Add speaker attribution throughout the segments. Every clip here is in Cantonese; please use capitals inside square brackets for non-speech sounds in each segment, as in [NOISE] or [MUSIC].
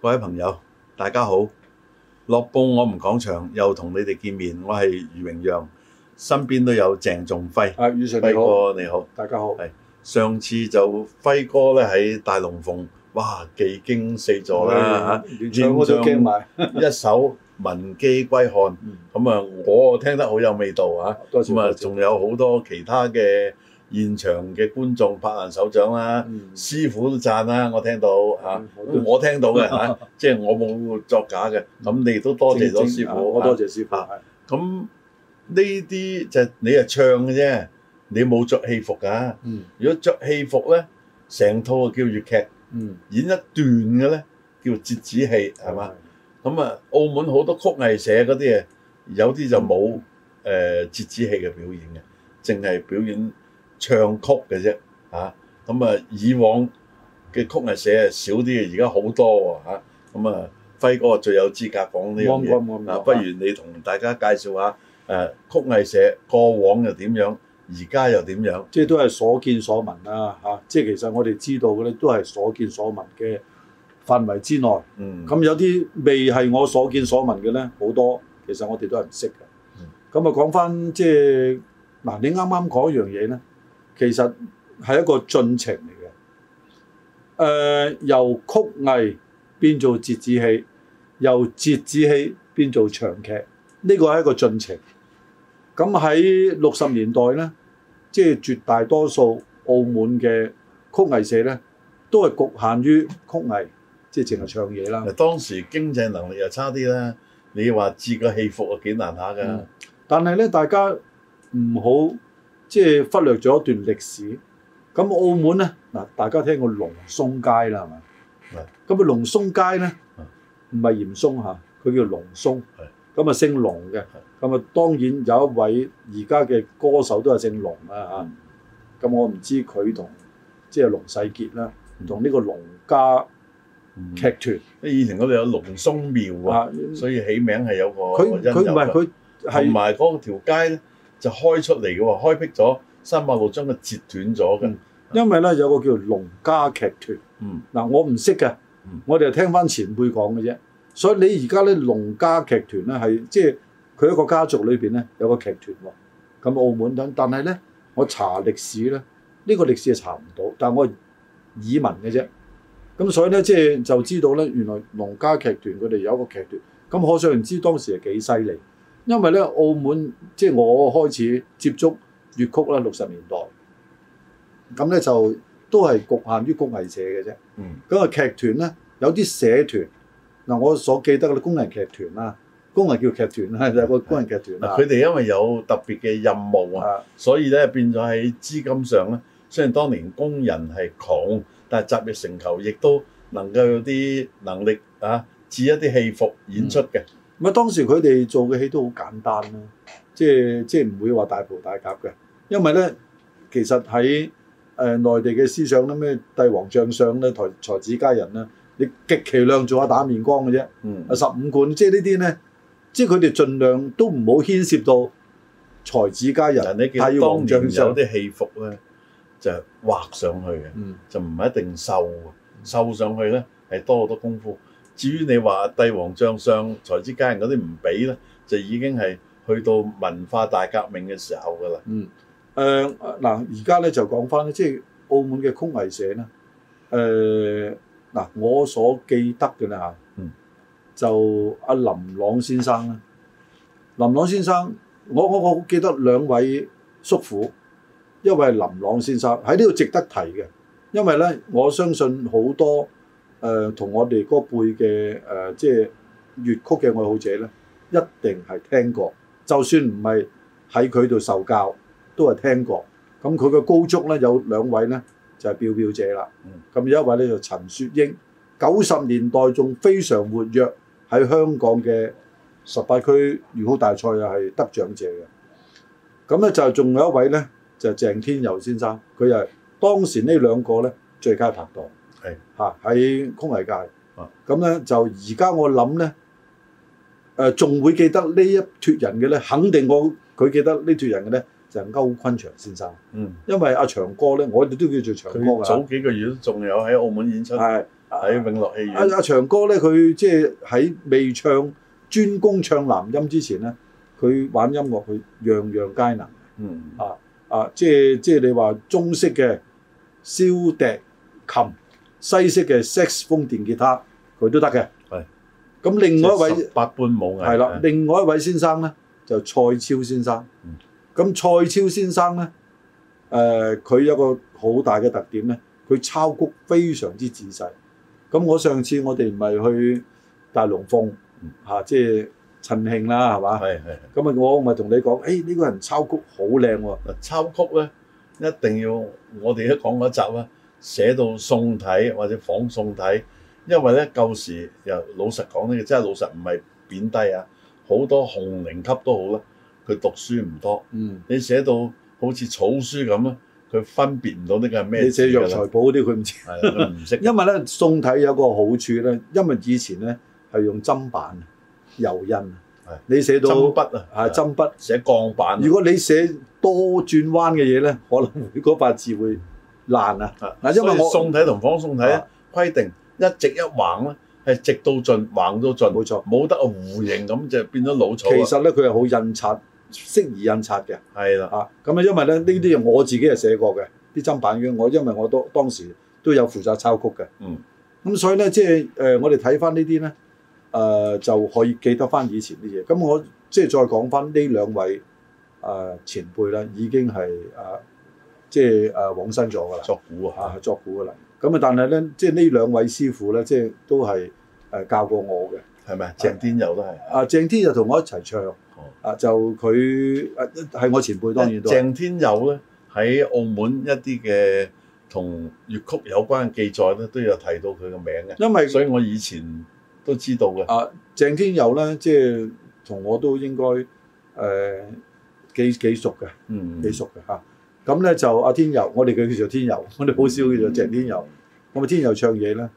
Speaker 1: 各位朋友，大家好！樂報我們講場，又同你哋見面，我係余榮陽，身邊都有鄭仲輝。
Speaker 2: 啊，宇順你好，
Speaker 1: 輝哥你好，
Speaker 2: 大家好。
Speaker 1: 係上次就輝哥咧喺大龍鳳，哇，技驚四座啦
Speaker 2: 唉嗯連唱我都驚埋，
Speaker 1: 嚇一首文姬歸漢，
Speaker 2: 嗯
Speaker 1: 咁啊，我聽得好有味道啊！
Speaker 2: 多謝
Speaker 1: 咁啊，
Speaker 2: 多謝。
Speaker 1: 仲有好多其他嘅現場嘅觀眾拍爛手掌啦，
Speaker 2: 嗯
Speaker 1: 師傅都讚啦，我聽到嚇
Speaker 2: 嗯，我
Speaker 1: 咁我聽到
Speaker 2: [LAUGHS]
Speaker 1: 嘅嚇，即係我冇作假嘅。咁你都多謝咗師
Speaker 2: 嗯正正啊
Speaker 1: 傅，
Speaker 2: 我多謝師傅。
Speaker 1: 啊
Speaker 2: 係
Speaker 1: 咁呢啲就你係唱嘅啫，你冇着戲服㗎。
Speaker 2: 嗯
Speaker 1: 如果着戲服咧，成套就叫粵劇，
Speaker 2: 嗯，
Speaker 1: 演一段嘅咧叫折子戲，係嘛？？咁啊，澳門好多曲藝社嗰啲嘢，有啲就冇誒折子戲嘅表演嘅，淨係表演唱曲嘅啫嚇。咁啊，以往嘅曲藝社係少啲嘅，而家好多喎嚇。咁啊，輝哥最有資格講呢樣
Speaker 2: 啱啱啱
Speaker 1: 嘢。
Speaker 2: 啱
Speaker 1: 啊，不如你同大家介紹下誒、呃曲藝社過往又點樣，而家又點樣？
Speaker 2: 即係都係所見所聞啦嚇。即係其實我哋知道嘅咧，都係所見所聞嘅範圍之內。
Speaker 1: 嗯，
Speaker 2: 咁有啲未係我所見所聞嘅咧，好多其實我哋都係唔識
Speaker 1: 嗯
Speaker 2: 嘅。咁啊，講翻即係嗱，你啱啱講一樣嘢咧，其實係一個進程嚟嘅。誒、由曲藝變做折子戲，由折子戲變做長劇，呢個係一個進程。咁喺六十年代咧，即係絕大多數澳門嘅曲藝社咧，都係局限於曲藝，即係淨係唱嘢啦。
Speaker 1: 嗱當時經濟能力又差啲啦，你話置個戲服啊幾難下㗎。
Speaker 2: 嗯但係咧，大家唔好即係忽略咗一段歷史。咁澳門咧，嗱，大家聽過龍松街啦，係咪
Speaker 1: 係？
Speaker 2: 咁啊，龍松街咧
Speaker 1: 嗯，
Speaker 2: 唔係嚴嵩嚇，佢叫龍松
Speaker 1: 係。
Speaker 2: 咁啊，姓龍嘅。咁啊，當然有一位而家嘅歌手都係姓龍啦
Speaker 1: 嗯
Speaker 2: 嚇。咁我唔知佢同即係龍世傑啦，同呢個龍家
Speaker 1: 嗯
Speaker 2: 劇
Speaker 1: 以前嗰度有龍松廟
Speaker 2: 團
Speaker 1: 啊，
Speaker 2: 啊，
Speaker 1: 所以起名係有個
Speaker 2: 佢
Speaker 1: 因由
Speaker 2: 佢唔係
Speaker 1: 㗎
Speaker 2: 佢
Speaker 1: 同
Speaker 2: 係
Speaker 1: 埋嗰條街咧就開出嚟嘅喎，開闢咗三馬路將佢截斷咗嘅
Speaker 2: 嗯。因為咧有個叫龍家劇團。
Speaker 1: 嗯，
Speaker 2: 嗱，我唔識嘅
Speaker 1: 嗯，
Speaker 2: 我哋係聽翻前輩講嘅啫。所以你而家咧龍家劇團咧係即係佢一個家族裏邊咧有個劇團喎。咁澳門等，但係咧我查歷史咧，呢、個歷史係查唔到，但係我係耳聞嘅啫。咁所以咧即係就知道咧，原來龍家劇團佢哋有一個劇團。咁可想而知當時係幾犀利，因為咧澳門即係我開始接觸粵曲啦，六十年代。咁咧就都係局限於曲藝社嘅啫。咁啊劇團咧有啲社團，嗱我所記得嘅工人劇團啦，工人叫劇團啦， [LAUGHS] 有個工人劇團
Speaker 1: 嗱，
Speaker 2: 啦，
Speaker 1: 佢哋因為有特別嘅任務啊，
Speaker 2: 啊
Speaker 1: 所以咧變咗喺資金上咧，雖然當年工人係窮，但係集腋成裘，亦都能夠有啲能力啊，置一啲戲服演出嘅。
Speaker 2: 咁啊當時佢哋做嘅戲都好簡單啦，即係即係唔會話大袍大甲嘅，因為咧其實喺誒、呃、內地嘅思想咧，咩帝王將相咧、才才子佳人咧，你極其量做下打面光嘅啫。
Speaker 1: 嗯
Speaker 2: 啊，十五貫，即係呢啲咧，即係佢哋盡量都唔好牽涉到才子佳
Speaker 1: 人
Speaker 2: 人、
Speaker 1: 你
Speaker 2: 帝
Speaker 1: 見到當
Speaker 2: 王
Speaker 1: 年
Speaker 2: 將
Speaker 1: 有
Speaker 2: 相。
Speaker 1: 啲戲服咧就畫上去嘅。
Speaker 2: 嗯，
Speaker 1: 就唔一定瘦喎，瘦上去咧係多好多功夫。至於你話帝王將相、才子佳人嗰啲唔俾咧，就已經係去到文化大革命嘅時候㗎啦。
Speaker 2: 嗯，誒嗱，而家咧就講翻咧，即係澳門嘅曲藝社咧，誒、嗱，我所記得嘅啦嚇，
Speaker 1: 嗯，
Speaker 2: 就阿林朗先生啦，林朗先生，我我我好記得兩位叔父，一位係林朗先生喺呢度值得提嘅，因為咧我相信好多誒同、我哋嗰輩嘅誒、即係粵曲嘅愛好者咧，一定係聽過，就算唔係。喺佢度受教，都係聽過。咁佢嘅高足咧有兩位咧就係、表表姐啦
Speaker 1: 嗯。
Speaker 2: 咁有一位咧就陳雪英，九十年代仲非常活躍喺香港嘅十八區粵曲大賽又係得獎者嘅。咁咧就仲有一位咧就係鄭天佑先生，佢又係當時呢兩個咧最佳拍檔。
Speaker 1: 係
Speaker 2: 嚇喺曲藝界
Speaker 1: 啊。
Speaker 2: 咁咧就而家我諗咧。誒仲、會記得呢一脱人嘅咧，肯定我佢記得呢脱人嘅咧就係、歐坤祥先生，
Speaker 1: 嗯，
Speaker 2: 因為阿長哥咧，我哋都叫做長哥
Speaker 1: 佢
Speaker 2: 㗎，
Speaker 1: 早幾個月都仲有喺澳門演出。
Speaker 2: 係
Speaker 1: 喺永樂戲
Speaker 2: 阿
Speaker 1: 院，
Speaker 2: 阿長哥咧，佢即係喺未唱專攻唱男音之前咧，佢玩音樂佢樣樣皆能
Speaker 1: 嗯，
Speaker 2: 啊！即係即係你話中式嘅簫笛琴，西式嘅 sax 風電吉他，佢都得嘅。
Speaker 1: 係。
Speaker 2: 咁另外一位
Speaker 1: 八般武藝
Speaker 2: 係啦，，另外一位先生咧就蔡超先生
Speaker 1: 啊嗯。
Speaker 2: 咁蔡超先生咧，誒、佢有個好大嘅特點咧，佢抄曲非常之仔細。咁我上次我哋唔係去大龍鳳嚇、
Speaker 1: 嗯
Speaker 2: 啊即係陳慶啦，係嘛？
Speaker 1: 係係
Speaker 2: 咁啊，我咪同你講，誒、呢、個人抄曲好靚喎，
Speaker 1: 嗱抄曲咧，一定要我哋都講嗰集啦，寫到宋體或者仿宋體，因為咧舊時又老實講呢，真係老實唔係貶低啊，好多紅伶級都好啦，佢讀書唔多，
Speaker 2: 嗯，
Speaker 1: 你寫到好似草書咁啦，佢分別唔到呢個係咩
Speaker 2: [LAUGHS] 你寫
Speaker 1: 字
Speaker 2: 藥
Speaker 1: 㗎
Speaker 2: 材
Speaker 1: 啦，
Speaker 2: 譜嗰啲
Speaker 1: [LAUGHS]
Speaker 2: 佢唔知，
Speaker 1: 係啊佢唔識
Speaker 2: [LAUGHS] 因為咧宋體有個好處咧，因為以前咧係用針板油印，你寫到
Speaker 1: 針筆啊，
Speaker 2: 啊針筆。
Speaker 1: 寫鋼板啊，
Speaker 2: 如果你寫多轉彎嘅嘢咧，可能會嗰八字會爛啊！
Speaker 1: 啊
Speaker 2: 嗱因為我
Speaker 1: 所以宋體同仿宋體咧
Speaker 2: 啊
Speaker 1: 規定一直一橫咧係直到盡，橫到盡，
Speaker 2: 冇錯，
Speaker 1: 冇得個弧形咁就變咗老
Speaker 2: 其
Speaker 1: 草啊
Speaker 2: 實咧佢係好印刷，適宜印刷嘅
Speaker 1: 係啦。
Speaker 2: 啊。咁啊，因為咧呢啲嘢我自己係寫過嘅啲砧板嘅，我因為我當當時都有負責抄曲嘅。
Speaker 1: 嗯。
Speaker 2: 咁所以咧，即係誒、呃我哋睇翻呢啲咧，誒、就可以記得翻以前啲嘢。咁我即係再講翻呢兩位誒、呃前輩啦，已經係誒、呃即係誒、呃往生咗㗎啦。
Speaker 1: 作古啊
Speaker 2: 啊，作古噶啦。咁啊，但係咧，即係呢兩位師傅咧，即係都係誒、呃教過我嘅。
Speaker 1: 係咪？鄭天佑都係。
Speaker 2: 啊，鄭天就同我一齊
Speaker 1: 哦
Speaker 2: 唱，啊就佢啊係我前輩，當然都係
Speaker 1: 鄭天佑咧喺澳門一啲嘅同粵曲有關嘅記載咧，都有提到佢嘅名
Speaker 2: 因為
Speaker 1: 嘅，所以我以前都知道嘅。
Speaker 2: 啊鄭天佑咧，即係同我都應該誒、呃、幾幾熟嘅，
Speaker 1: 嗯，
Speaker 2: 幾熟嘅嚇。咁、咧就阿天佑，我哋佢叫做天佑， [LAUGHS] 我哋好少叫做鄭天佑。咁啊，天佑唱嘢咧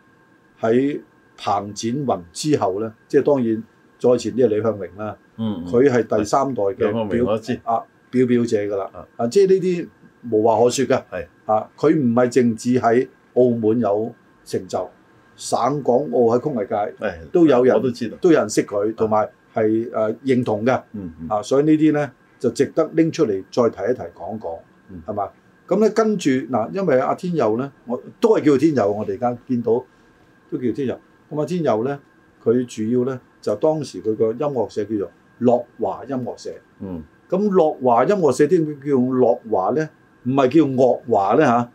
Speaker 2: 喺彭展雲之後咧，即係當然再前啲係李向榮啦。
Speaker 1: 嗯，佢
Speaker 2: 佢係第三代
Speaker 1: 兩個名
Speaker 2: 嘅表
Speaker 1: 我知。
Speaker 2: 啊表表者㗎啦
Speaker 1: 啊，
Speaker 2: 啊即係呢啲無話可説㗎，
Speaker 1: 係
Speaker 2: 啊佢唔係淨止喺澳門有成就，省港澳喺曲藝界
Speaker 1: 誒
Speaker 2: 都有人
Speaker 1: 我都知道。
Speaker 2: 都有人識佢，同埋係誒認同嘅，
Speaker 1: 嗯嗯
Speaker 2: 啊所以呢啲咧就值得拎出嚟再提一提講一講
Speaker 1: 嗯，
Speaker 2: 係嘛？咁咧跟住嗱，因為阿天佑咧，我都係叫佢天佑，我哋而家見到都叫天佑。咁阿天佑咧，佢主要咧就當時佢個音樂社叫做樂華音樂社。
Speaker 1: 嗯，
Speaker 2: 咁樂華音樂社點解叫樂華咧？唔係叫樂華咧嚇。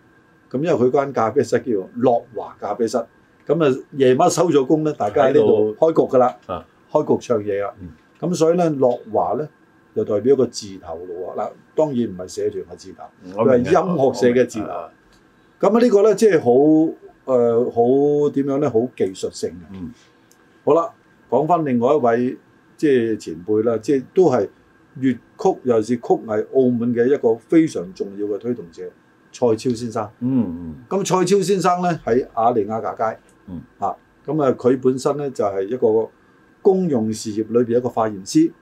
Speaker 2: 咁因為佢間咖啡室叫樂華咖啡室。咁啊，夜晚收咗工咧，大家喺呢
Speaker 1: 喺度
Speaker 2: 度開局㗎啦
Speaker 1: 啊，
Speaker 2: 開局唱嘢啦
Speaker 1: 嗯。
Speaker 2: 咁所以咧，樂華咧就代表一個字頭咯喎。嗱，當然唔係社團嘅字頭。
Speaker 1: 我
Speaker 2: 佢係
Speaker 1: 明嘅
Speaker 2: 音樂社嘅字
Speaker 1: 我明啊
Speaker 2: 咁啊，呢個咧即係好誒，好點樣咧？好技術性嘅。
Speaker 1: 嗯，
Speaker 2: 好啦，講翻另外一位即係前輩啦，即係都係粵曲尤其是曲藝澳門嘅一個非常重要嘅推動者，蔡超先生。
Speaker 1: 嗯
Speaker 2: 咁蔡超先生咧喺雅利亞架街，
Speaker 1: 嗯
Speaker 2: 啊，咁啊佢本身咧就係、一個公用事業裏邊一個化驗師，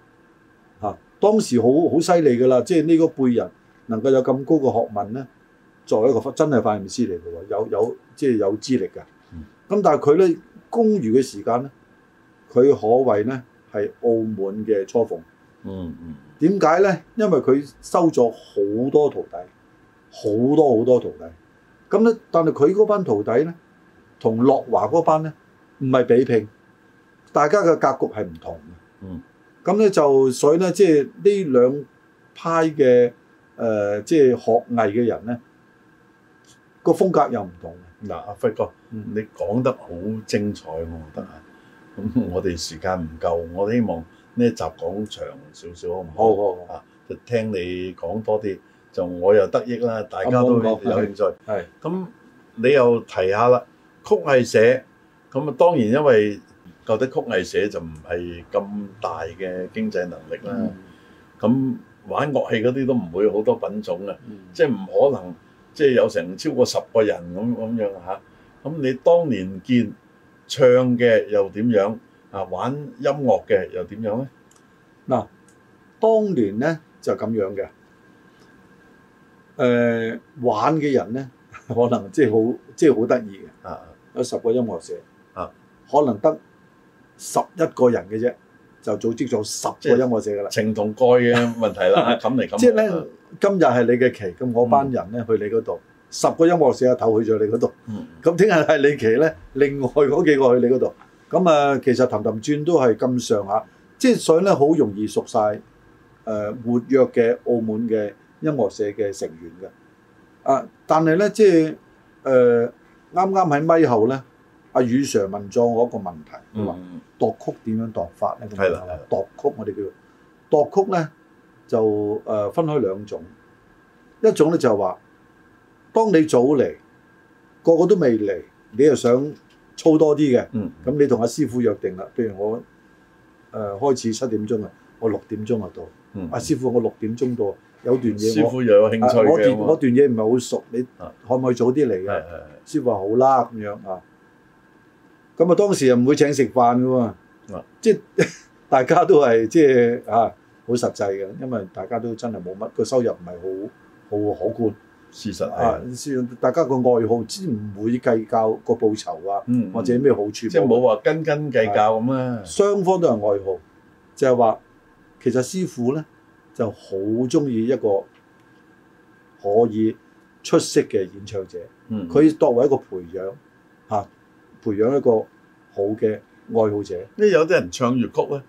Speaker 2: 啊，當時好好犀利㗎啦，即係呢個輩人能夠有咁高嘅學問咧，作為一個化真係化驗師嚟嘅喎，有有即係有資歷㗎。咁、
Speaker 1: 嗯
Speaker 2: 但係佢咧公餘嘅時間咧，佢可謂咧係澳門嘅初鳳。
Speaker 1: 嗯嗯嗯，
Speaker 2: 點解咧？因為佢收咗好多徒弟，好多好多徒弟。咁咧，但係佢嗰班徒弟咧，同樂華嗰班咧，唔係比拼，大家嘅格局係唔同嘅。
Speaker 1: 嗯。
Speaker 2: 咁咧就所以咧，即係呢兩派嘅誒、呃即係學藝嘅人咧，個風格又唔同嘅。
Speaker 1: 嗱，阿輝哥，
Speaker 2: 嗯
Speaker 1: 你講得好精彩，我覺得啊。咁我哋時間唔夠，我希望呢一集講長少少，好唔好？
Speaker 2: 好
Speaker 1: 啊就聽你講多啲，就我又得益啦，大家都
Speaker 2: 啊冇
Speaker 1: 有
Speaker 2: 冇冇
Speaker 1: 興趣。
Speaker 2: 係
Speaker 1: 咁你又提下啦，曲藝社咁啊，當然因為舊的曲藝社就唔係咁大嘅經濟能力啦。咁、玩樂器嗰啲都唔會好多品種嘅，即係唔可能即係有成超過十個人咁咁樣嚇。咁你當年見唱嘅又點樣啊？玩音樂嘅又點樣咧？
Speaker 2: [LAUGHS] 當年咧就咁樣嘅，誒、呃 [LAUGHS] 玩嘅人咧，可能即係好即係好得意嘅。
Speaker 1: 啊，
Speaker 2: 誒、有十個音樂社，
Speaker 1: 啊，
Speaker 2: 可能得十一個人嘅啫，就組織咗十個音樂社噶啦。
Speaker 1: 情同蓋嘅問題啦，冚嚟冚。
Speaker 2: 即係咧，今日係你嘅期，咁我班人咧去你嗰度，十個音樂社阿頭去咗你嗰度，
Speaker 1: 嗯，
Speaker 2: 咁聽日係你期咧，另外嗰幾個去你嗰度。咁啊，其實氹氹轉都係咁上下，即係所以咧，好容易熟晒誒、呃活躍嘅澳門嘅音樂社嘅成員嘅。啊，但係咧，即係誒啱啱喺咪後咧，阿宇 Sir 問咗我一個問題，佢話、
Speaker 1: 嗯
Speaker 2: 度曲點樣度法咧？咁樣
Speaker 1: 係啦係啦
Speaker 2: 度曲我哋叫度曲咧，就誒、呃分開兩種，一種咧就係話，當你早嚟，個個都未嚟，你又想操多啲嘅，
Speaker 1: 嗯，
Speaker 2: 咁你同阿師傅約定啦。譬如我誒、呃、開始七點鐘啊，我六點鐘啊到，
Speaker 1: 嗯
Speaker 2: 阿、師傅我六點鐘到，有段嘢
Speaker 1: 師
Speaker 2: 我
Speaker 1: 傅又有興
Speaker 2: 啊
Speaker 1: 趣
Speaker 2: 我
Speaker 1: 嘅
Speaker 2: 段我
Speaker 1: 喎，
Speaker 2: 段嘢唔係好熟，你
Speaker 1: 啊
Speaker 2: 可唔可以早啲嚟啊
Speaker 1: 係？係
Speaker 2: 師傅話好啦咁樣啊。咁啊，當時又唔會請食飯嘅喎
Speaker 1: 啊，
Speaker 2: 即係 [LAUGHS] 大家都係即係啊好實際嘅，因為大家都真係冇乜個收入唔係好好可觀
Speaker 1: 事實
Speaker 2: 啊
Speaker 1: 係，。
Speaker 2: 師傅大家個愛好即係唔會計較個報酬啊，
Speaker 1: 嗯，
Speaker 2: 或者咩好處，即
Speaker 1: 即係冇話斤斤計較咁啦。
Speaker 2: 雙方都係愛好，就係、話其實師傅咧就好中意一個可以出色嘅演唱者。
Speaker 1: 嗯，
Speaker 2: 佢作為一個培養嚇、啊培養一個好嘅愛好者，
Speaker 1: 因為有啲人唱粵曲咧，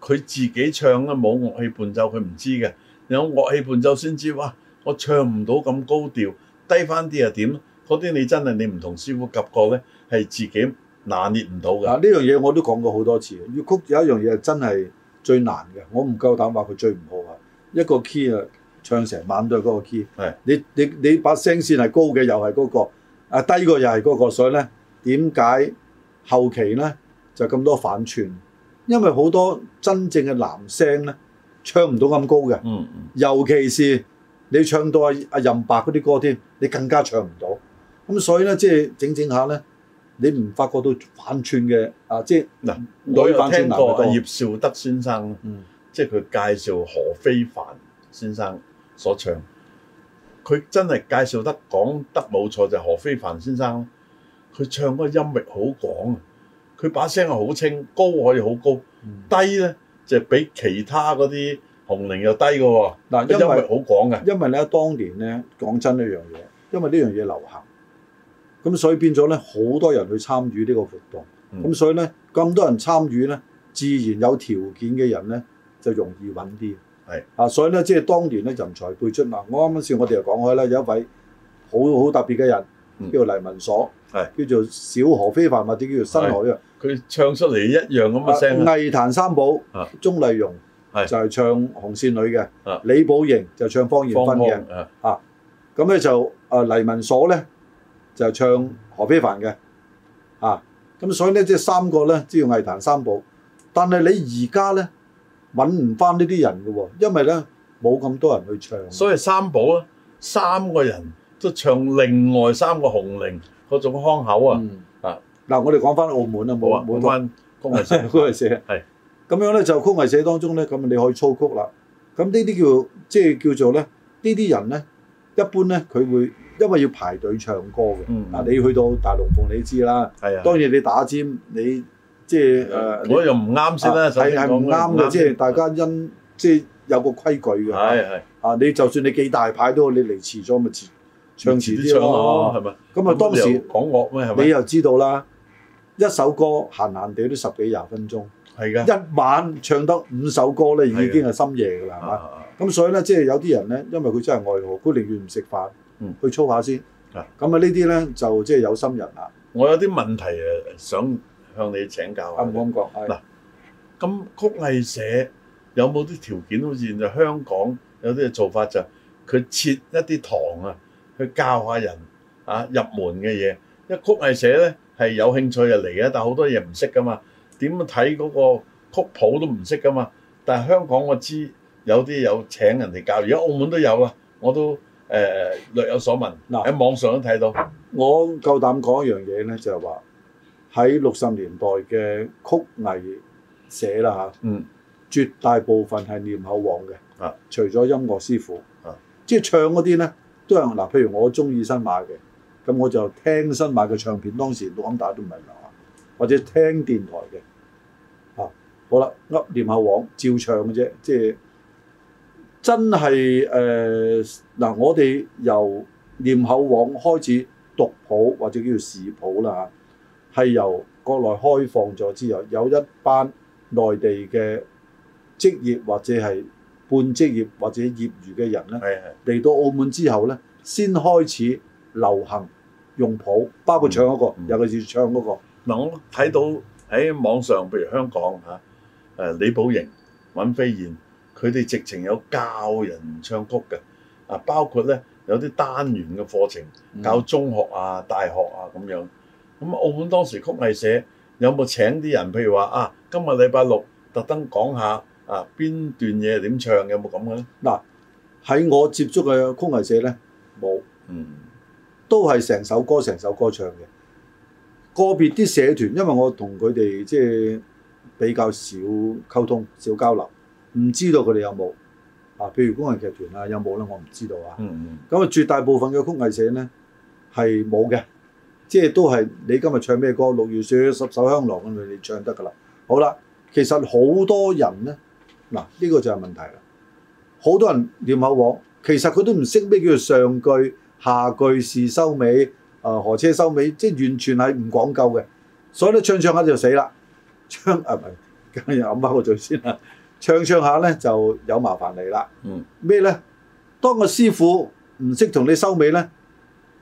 Speaker 1: 佢自己唱咧冇樂器伴奏，佢唔知嘅。有樂器伴奏先知，哇！我唱唔到咁高調，低翻啲又點？嗰啲你真係你唔同師傅夾過咧，係自己拿捏唔到
Speaker 2: 啊
Speaker 1: 嘅。
Speaker 2: 呢樣嘢我都講過好多次。粵曲有一樣嘢真係最難嘅，我唔夠膽話佢最唔好啊！一個 key 啊，唱成晚都係嗰個 key
Speaker 1: 係。
Speaker 2: 你你你把聲線係高嘅，又係嗰、個啊低個又係嗰、個，所以咧點解後期咧就咁多反串？因為好多真正嘅男聲咧唱唔到咁高嘅。
Speaker 1: 嗯嗯，
Speaker 2: 尤其是你唱到阿阿任白嗰啲歌添，你更加唱唔到。咁所以咧，即係整整下咧，你唔發覺到反串嘅啊，即係
Speaker 1: 嗱我
Speaker 2: 女
Speaker 1: 有
Speaker 2: 反串
Speaker 1: 聽
Speaker 2: 男
Speaker 1: 過
Speaker 2: 嘅
Speaker 1: 阿葉
Speaker 2: 多。
Speaker 1: 紹德先生，
Speaker 2: 嗯，
Speaker 1: 即係佢介紹何非凡先生所唱，佢真係介紹得講得冇錯，就係何非凡先生，佢唱嗰個音域好廣啊，佢把聲係好清，高可以好高。
Speaker 2: 嗯
Speaker 1: 低咧就比其他嗰啲紅菱又低嘅喎，
Speaker 2: 嗱，
Speaker 1: 因
Speaker 2: 因
Speaker 1: 為
Speaker 2: 為
Speaker 1: 好廣嘅，
Speaker 2: 因為咧，當年咧講真一樣嘢，因為呢樣嘢流行，咁所以變咗咧好多人去參與呢個活動。
Speaker 1: 嗯
Speaker 2: 咁所以咧咁多人參與咧，自然有條件嘅人咧就容易揾啲。
Speaker 1: 係
Speaker 2: 啊，所以咧即係當年咧人才輩出嗱，我啱啱先我哋又講開啦，有一位好好特別嘅人
Speaker 1: 嗯
Speaker 2: 叫做黎文所，
Speaker 1: 係
Speaker 2: 叫做小何非凡或者叫做新河一樣
Speaker 1: 佢唱出嚟一樣咁嘅聲啊，
Speaker 2: 啊藝壇三寶
Speaker 1: 啊，
Speaker 2: 鐘麗蓉
Speaker 1: 係
Speaker 2: 就係唱紅線女嘅
Speaker 1: 啊，
Speaker 2: 李寶瑩就唱方艷
Speaker 1: 方
Speaker 2: 芬嘅。
Speaker 1: 腔啊，
Speaker 2: 咁咧就誒黎文所咧就唱何非凡嘅啊，咁所以咧即係三個咧即係藝壇三寶，但係你而家咧揾唔翻呢啲人嘅喎，因為咧冇咁多人去唱，
Speaker 1: 所以三寶啊，三個人都唱另外三個紅菱嗰種腔口啊，
Speaker 2: 嗯
Speaker 1: 啊
Speaker 2: 嗱我哋講翻澳門啊，
Speaker 1: 冇
Speaker 2: 冇
Speaker 1: 啊，
Speaker 2: 冇
Speaker 1: 冇
Speaker 2: 得
Speaker 1: 關公
Speaker 2: [LAUGHS]
Speaker 1: 藝社，
Speaker 2: 曲藝社
Speaker 1: 係
Speaker 2: 咁樣咧就曲藝社當中咧咁你可以操曲啦，咁呢啲叫即係叫做咧呢啲人咧一般咧佢會因為要排隊唱歌嘅，
Speaker 1: 嗯
Speaker 2: 嗱、你去到大龍鳳你知啦。
Speaker 1: 係啊，
Speaker 2: 當然你打尖，你即係誒，
Speaker 1: 我又唔啱先啦，
Speaker 2: 啊
Speaker 1: 首
Speaker 2: 係
Speaker 1: 先
Speaker 2: 係
Speaker 1: 講
Speaker 2: 唔啱嘅，即係大家因即係有個規矩嘅。
Speaker 1: 係係，
Speaker 2: 啊，你就算你幾大牌都好，你嚟遲咗咪遲唱遲
Speaker 1: 啲
Speaker 2: 啲
Speaker 1: 唱咯，
Speaker 2: 咯。
Speaker 1: 係咪？
Speaker 2: 咁啊，當
Speaker 1: 你又
Speaker 2: 時
Speaker 1: 講樂咩係咪
Speaker 2: 你？又知道啦，一首歌閒閒地都十幾廿分鐘，
Speaker 1: 係㗎，
Speaker 2: 一晚唱得五首歌咧，已經係深夜㗎啦，係嘛？
Speaker 1: 啊
Speaker 2: 咁所以咧，即係有啲人咧，因為佢真係愛好，佢寧願唔食飯
Speaker 1: 嗯，
Speaker 2: 去操下先。咁
Speaker 1: 啊
Speaker 2: 啊，呢啲咧就即係有心人啦。
Speaker 1: 我有啲問題誒，想向你請教下
Speaker 2: 啱唔啱講？係
Speaker 1: 嗱咁曲藝社有冇啲條件？好似現在香港有啲嘅做法就係佢設一啲堂啊，去教下人啊入門嘅嘢。因為曲藝社咧係有興趣就嚟嘅，但係好多嘢唔識噶嘛，點睇嗰個曲譜都唔識噶嘛。但係香港我知有啲有請人哋教，而家澳門都有啦，我都誒、呃略有所聞，
Speaker 2: 嗱
Speaker 1: 喺網上都睇到。
Speaker 2: 我夠膽講一樣嘢咧，就係話喺六十年代嘅曲藝社啦
Speaker 1: 嗯，
Speaker 2: 嚇，絕大部分係念口簧嘅，
Speaker 1: 啊
Speaker 2: 除咗音樂師傅，
Speaker 1: 啊
Speaker 2: 即係唱嗰啲咧都係嗱，譬如我中意新馬嘅，咁我就聽新買嘅唱片，當時錄音帶都唔係流行，或者聽電台嘅啊。好啦，噏念後往照唱嘅啫，即係真係誒嗱，我哋由念後往開始讀譜或者叫做視譜啦嚇，係由國內開放咗之後，有一班內地嘅職業或者係半職業或者業餘嘅人咧。
Speaker 1: 係係
Speaker 2: 嚟到澳門之後咧，先開始流行用譜，包括唱嗰、個，
Speaker 1: 嗯嗯
Speaker 2: 尤其是唱嗰、個。
Speaker 1: 嗱，我睇到喺網上，譬如香港嚇，誒、李寶瑩、尹飛燕，佢哋直情有教人唱曲嘅，啊，包括咧有啲單元嘅課程，教中學啊、大學啊咁樣。咁啊澳門當時曲藝社有冇請啲人，譬如話啊，今日禮拜六特登講下啊邊段嘢點唱，有冇咁嘅咧？
Speaker 2: 嗱喺我接觸嘅曲藝社咧，冇
Speaker 1: 嗯，
Speaker 2: 都係成首歌成首歌唱嘅。個別啲社團，因為我同佢哋即係比較少溝通、少交流，唔知道佢哋有冇啊？譬如工人劇團啊，有冇咧？我唔知道啊。
Speaker 1: 嗯
Speaker 2: 咁啊，絕大部分嘅曲藝社咧係冇嘅，即係都係你今日唱咩歌，六月雪、十首香囊咁樣你唱得噶啦。好啦，其實好多人咧，嗱呢、個就係問題啦。好多人念口簧，其實佢都唔識咩叫做上句、下句、是收尾、啊、何車收尾，即係完全係唔講究嘅。所以咧唱唱下就死啦，唱啊唔係，梗係揞翻個嘴先啦。唱唱下咧就有麻煩你啦。
Speaker 1: 嗯，
Speaker 2: 咩咧？當個師傅唔識同你收尾咧，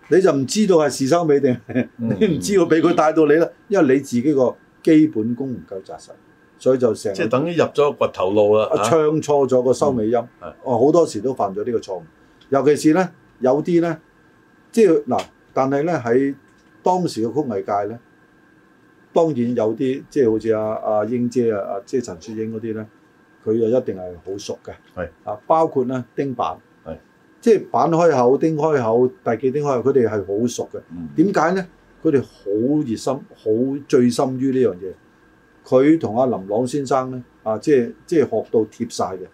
Speaker 2: 你就唔知道係是收尾定係
Speaker 1: 嗯
Speaker 2: 你
Speaker 1: [LAUGHS]
Speaker 2: [LAUGHS] 唔知道俾佢帶到你啦，因為你自己個基本功唔夠扎實，所以就成日
Speaker 1: 即係等於入咗個掘頭路啦
Speaker 2: 啊
Speaker 1: 嚇
Speaker 2: 唱錯咗個收尾音，
Speaker 1: 嗯
Speaker 2: 我好多時都犯咗呢個錯誤。尤其是咧，有啲咧，即係嗱，但係咧喺當時嘅曲藝界咧，當然有啲即係好似阿阿英姐啊、阿即係陳雪英嗰啲咧，佢就一定係好熟嘅。
Speaker 1: 係
Speaker 2: 啊，包括咧丁板，
Speaker 1: 係
Speaker 2: 即係板開口、丁開口、第幾丁開口，佢哋係好熟嘅。
Speaker 1: 嗯
Speaker 2: 點解咧？佢哋好熱心，好醉心於呢樣嘢。佢同阿林朗先生咧，啊，即係即係學到貼晒嘅。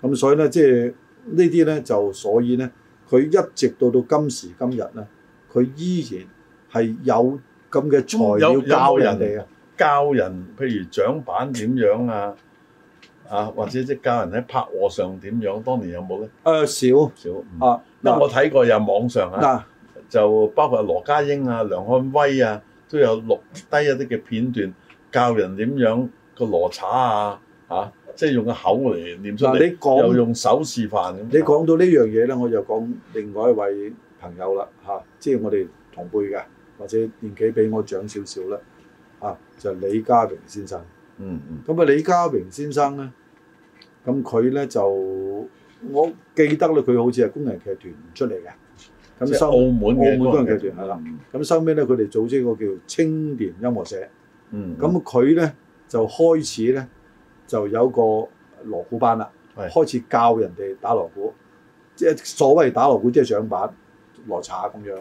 Speaker 2: 咁所以咧，即係呢啲咧就所以咧，佢一直到到今時今日咧，佢依然係有咁嘅材
Speaker 1: 有嗯
Speaker 2: 料
Speaker 1: 有
Speaker 2: 教
Speaker 1: 冇
Speaker 2: 人
Speaker 1: 人
Speaker 2: 哋啊。
Speaker 1: 教人，譬如掌板點樣啊，啊或者即係教人喺拍和上點樣，當年有冇咧？
Speaker 2: 誒
Speaker 1: 少嗯
Speaker 2: 少啊，
Speaker 1: 嗱，我睇過有網上啊，
Speaker 2: 嗱
Speaker 1: 就包括羅家英啊、梁漢威啊，都有錄低一啲嘅片段，教人點樣個羅查啊，嚇，即係用個口嚟念出
Speaker 2: 嗱，
Speaker 1: 嚟，
Speaker 2: 你講
Speaker 1: 又用手示範咁。
Speaker 2: 你講到呢樣嘢咧，我就講另外一位朋友啦嚇、即係我哋同輩嘅，或者年紀比我長少少啦嚇，就李家榮先生。
Speaker 1: 嗯嗯
Speaker 2: 咁啊，李家榮先生咧，咁佢咧就我記得咧，佢好似係工人劇團出嚟嘅，
Speaker 1: 嗯，
Speaker 2: 咁
Speaker 1: 即係
Speaker 2: 收
Speaker 1: 澳門嘅
Speaker 2: 澳門嗰個劇
Speaker 1: 劇
Speaker 2: 團係啦嗯
Speaker 1: 啦。
Speaker 2: 咁收尾咧，佢哋組織個叫青年音樂社。
Speaker 1: 嗯，咁
Speaker 2: 咁佢咧就開始咧就有個鑼鼓班啦，
Speaker 1: 係
Speaker 2: 開始教人哋打鑼鼓，即係所謂打鑼鼓即係掌板、羅查咁樣。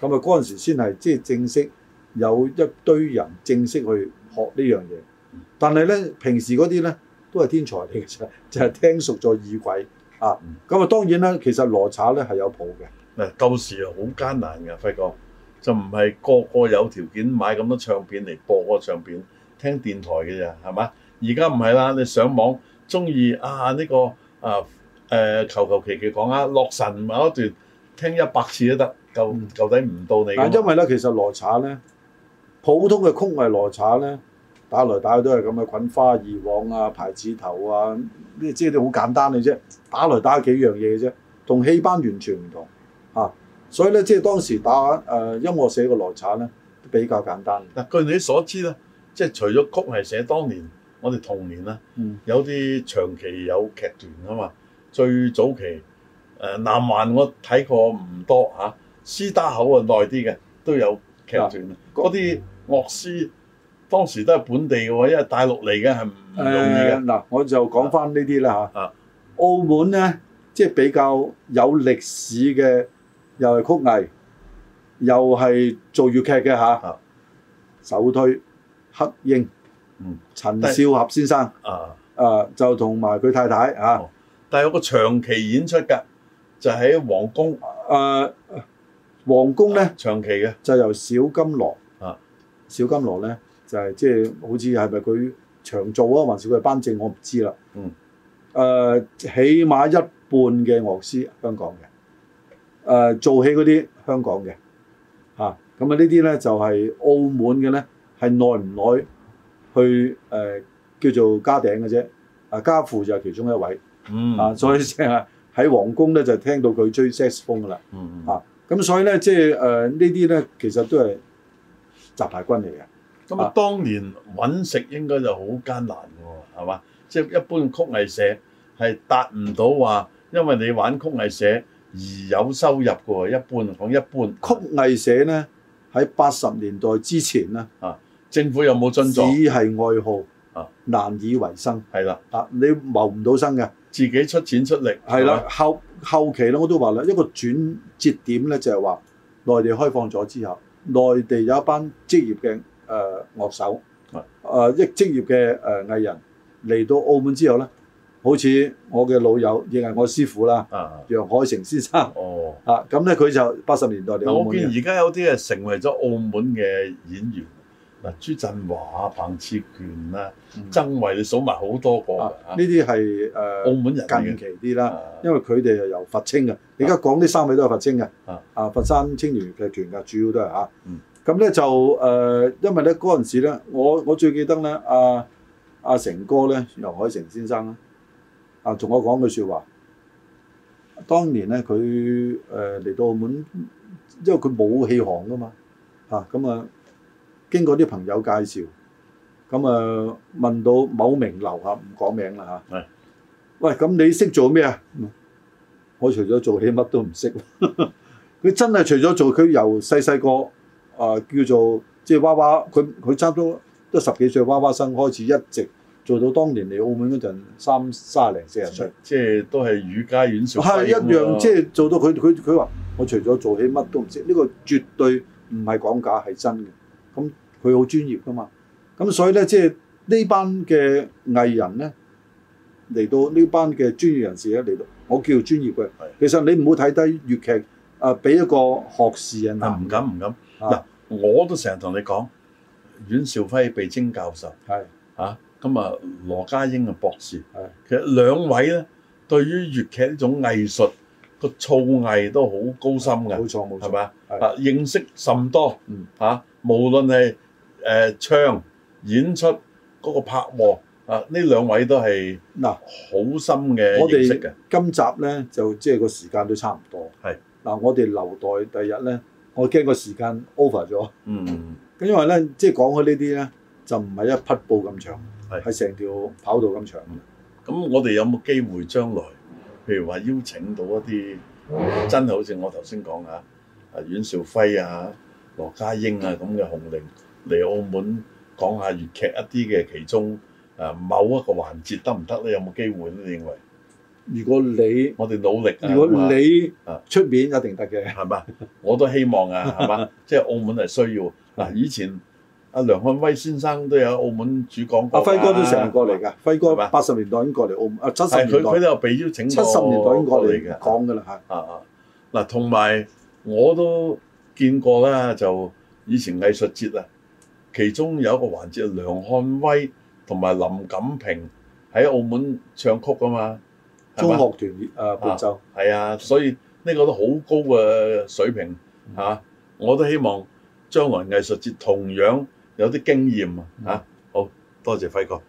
Speaker 2: 咁啊嗰陣時先係即係正式有一堆人正式去學呢樣嘢，但係咧平時嗰啲咧都係天才嚟嘅啫，就係聽熟咗耳鬼啊
Speaker 1: 嗯。
Speaker 2: 咁啊當然啦，其實羅查咧係有譜嘅。
Speaker 1: 嗱舊時好艱難嘅，輝哥就唔係個個有條件買咁多唱片嚟播嗰個唱片，聽電台嘅啫，係嘛？而家唔係啦，你上網中意啊呢、個啊誒求求其其講啊，洛神某一段聽一百次都得，
Speaker 2: 嗯
Speaker 1: 夠夠底唔到你㗎嘛。
Speaker 2: 嗱，因為咧，其實羅茶咧，普通嘅曲藝羅茶咧，打來打去都係咁嘅滾花二往啊、牌子頭啊，呢即係啲好簡單嘅啫，打來打去幾樣嘢嘅啫，同戲班完全唔同啊。所以咧，即係當時打誒、呃音樂社嘅羅茶咧，都比較簡單。
Speaker 1: 嗱，據你所知咧，即係除咗曲藝社，當年我哋童年啦，
Speaker 2: 嗯
Speaker 1: 有啲長期有劇團啊嘛。最早期誒、呃南環我睇過唔多嚇、啊，師打口啊耐啲嘅都有劇團啊。嗰啲樂師當時都係本地嘅喎，因為大陸嚟嘅係唔
Speaker 2: Ờ,
Speaker 1: 容易嘅。
Speaker 2: 誒嗱、我就講翻呢啲啦嚇
Speaker 1: 啊。
Speaker 2: 澳門咧，即係比較有歷史嘅，又係曲藝，又係做粵劇嘅嚇
Speaker 1: 啊。
Speaker 2: 首推黑鷹，
Speaker 1: 嗯
Speaker 2: 陳少俠先生，
Speaker 1: 啊，
Speaker 2: 誒就同埋佢太太嚇
Speaker 1: 哦，
Speaker 2: Ờ,
Speaker 1: 但係有個長期演出㗎，就喺皇宮
Speaker 2: 誒皇宮咧
Speaker 1: 長期嘅，
Speaker 2: 就由小金羅
Speaker 1: 啊，
Speaker 2: 小金羅咧就係即係好似係咪佢長做啊，還是佢係班正我唔知啦。
Speaker 1: 嗯。
Speaker 2: 誒、起碼一半嘅樂師香港嘅，誒、做戲嗰啲香港嘅，嚇咁啊呢啲咧就係、澳門嘅咧，係耐唔耐去誒、叫做家頂嘅啫，啊家父就係其中一位、
Speaker 1: 嗯
Speaker 2: 啊，所以成日喺皇宮咧就聽到佢吹 sax 風噶啦。
Speaker 1: 嗯
Speaker 2: 啊咁所以咧，即係誒呃呢啲咧，其實都係雜牌軍嚟嘅。
Speaker 1: 咁啊
Speaker 2: 啊，
Speaker 1: 當年揾食應該就好艱難嘅喎，係嘛？即係一般曲藝社係達唔到話，因為你玩曲藝社而有收入嘅喎。一般講一般，
Speaker 2: 曲藝社咧喺八十年代之前咧，
Speaker 1: 政府有冇
Speaker 2: 只
Speaker 1: 津助？
Speaker 2: 係愛
Speaker 1: 啊
Speaker 2: 好，難以為生
Speaker 1: 係啦，
Speaker 2: 啊！你謀唔到生嘅，
Speaker 1: 自己出錢出力
Speaker 2: 係啦。後後期咧，我都話啦，一個轉折點咧，就係話內地開放咗之後，內地有一班職業嘅誒、呃、樂手，誒
Speaker 1: 啊、
Speaker 2: 一職業嘅誒、呃、藝人嚟到澳門之後咧，好似我嘅老友，亦係我師傅啦，
Speaker 1: 啊，
Speaker 2: 楊海成先生。
Speaker 1: 哦。
Speaker 2: 啊，咁咧佢就八十年代嚟
Speaker 1: 嗱，
Speaker 2: 澳
Speaker 1: 我
Speaker 2: 門
Speaker 1: 見
Speaker 2: 嘅，
Speaker 1: 而家有啲係成為咗澳門嘅演員，嗱，朱振華、彭志權啦、
Speaker 2: 嗯
Speaker 1: 曾慧，你數埋好多個
Speaker 2: 啊
Speaker 1: 㗎
Speaker 2: 呢啲係
Speaker 1: 澳
Speaker 2: 誒
Speaker 1: 門人嚟
Speaker 2: 近
Speaker 1: 嘅
Speaker 2: 期啲啦，
Speaker 1: 啊
Speaker 2: 因為佢哋係由佛青嘅，而家講呢三位都係佛青嘅
Speaker 1: 啊，
Speaker 2: 啊佛山青年劇團嘅主要都係啊
Speaker 1: 嗯，
Speaker 2: 咁咧就誒，因為咧嗰陣時咧，我我最記得咧，阿阿成哥咧，楊海成先生啦，啊同我講句説話，當年咧佢誒嚟到澳門，因為佢冇戲行噶嘛，啊咁啊經過啲朋友介紹。咁啊問到某名流嚇，唔講名啦嚇。
Speaker 1: 係。
Speaker 2: 喂，咁你識做咩啊？嗯我除咗做戲乜都唔識。 [LAUGHS] 佢真係除咗做，佢由細細個啊叫做即係娃娃，佢佢差唔多都十幾歲娃娃生開始，一直做到當年嚟澳門嗰陣三三廿零四十歲。
Speaker 1: 即係都係儒家院小
Speaker 2: 哦係
Speaker 1: 輝
Speaker 2: 一樣，即
Speaker 1: 係
Speaker 2: 係做到佢佢佢話我除咗做戲乜都唔識，呢、個絕對唔係講假，係真嘅。咁佢好專業噶嘛，咁所以咧，即係呢班嘅藝人咧嚟到呢班嘅專業人士咧嚟到，我叫專業嘅。其實你唔好睇低粵劇，啊，俾一個學士啊
Speaker 1: 啊，
Speaker 2: 難
Speaker 1: 唔敢唔敢。嗱
Speaker 2: 啊，
Speaker 1: 我都成日同你講，阮兆輝被稱教授
Speaker 2: 係
Speaker 1: 啊，咁啊羅家英啊博士
Speaker 2: 係，
Speaker 1: 其實兩位咧對於粵劇呢種藝術個造詣都好高深嘅。
Speaker 2: 冇錯冇
Speaker 1: 係
Speaker 2: 錯，
Speaker 1: 咪啊？
Speaker 2: 係
Speaker 1: 啊，認識甚多，
Speaker 2: 嗯
Speaker 1: 啊，無論係誒唱演出嗰個拍和啊，呢兩位都係
Speaker 2: 嗱。
Speaker 1: 好深嘅
Speaker 2: 我
Speaker 1: 認識嘅
Speaker 2: 哋，今集咧就即係個時間都差唔多。
Speaker 1: 係
Speaker 2: 嗱，我哋留待第日咧，我驚個時間 over 咗。
Speaker 1: 嗯，
Speaker 2: 咁因為咧，即係講開呢啲咧，就唔係一匹布咁長，
Speaker 1: 係
Speaker 2: 係成條跑道咁長。
Speaker 1: 咁我哋有冇機會將來，譬如話邀請到一啲真係好似我頭先講啊，啊阮兆輝啊、羅家英啊咁嘅紅伶嚟澳門講下粵劇一啲嘅其中誒某一個環節得唔得咧？有冇機會咧？你認為
Speaker 2: 如果你
Speaker 1: 我哋努力啊，
Speaker 2: 如
Speaker 1: 咁啊
Speaker 2: 果你
Speaker 1: 啊
Speaker 2: 出面一定得嘅，
Speaker 1: 係嘛？我都希望啊，係
Speaker 2: [LAUGHS]
Speaker 1: 嘛？即係澳門係需要嗱。以前阿梁漢威先生都有澳門主講過
Speaker 2: 阿
Speaker 1: 㗎，
Speaker 2: 輝哥都成日過嚟㗎。輝
Speaker 1: 啊係
Speaker 2: 哥
Speaker 1: 嘛
Speaker 2: 八十年代已經過嚟澳門，啊七十
Speaker 1: 係佢
Speaker 2: 年
Speaker 1: 佢
Speaker 2: 代
Speaker 1: 都有被邀請
Speaker 2: 七
Speaker 1: 過
Speaker 2: 十年代已經過嚟
Speaker 1: 嘅。
Speaker 2: 講㗎啦嚇。
Speaker 1: 啊啊！嗱，同埋我都見過啦，就以前藝術節啊，其中有一個環節，梁漢威同埋林錦平喺澳門唱曲㗎嘛，係
Speaker 2: 中
Speaker 1: 嘛
Speaker 2: 學團誒呃伴奏，
Speaker 1: 係啊，所以呢個都好高嘅水平
Speaker 2: 嗯
Speaker 1: 嚇、啊我都希
Speaker 2: 嗯
Speaker 1: 望將來藝術節同樣有啲經驗啊嚇、好多謝輝哥。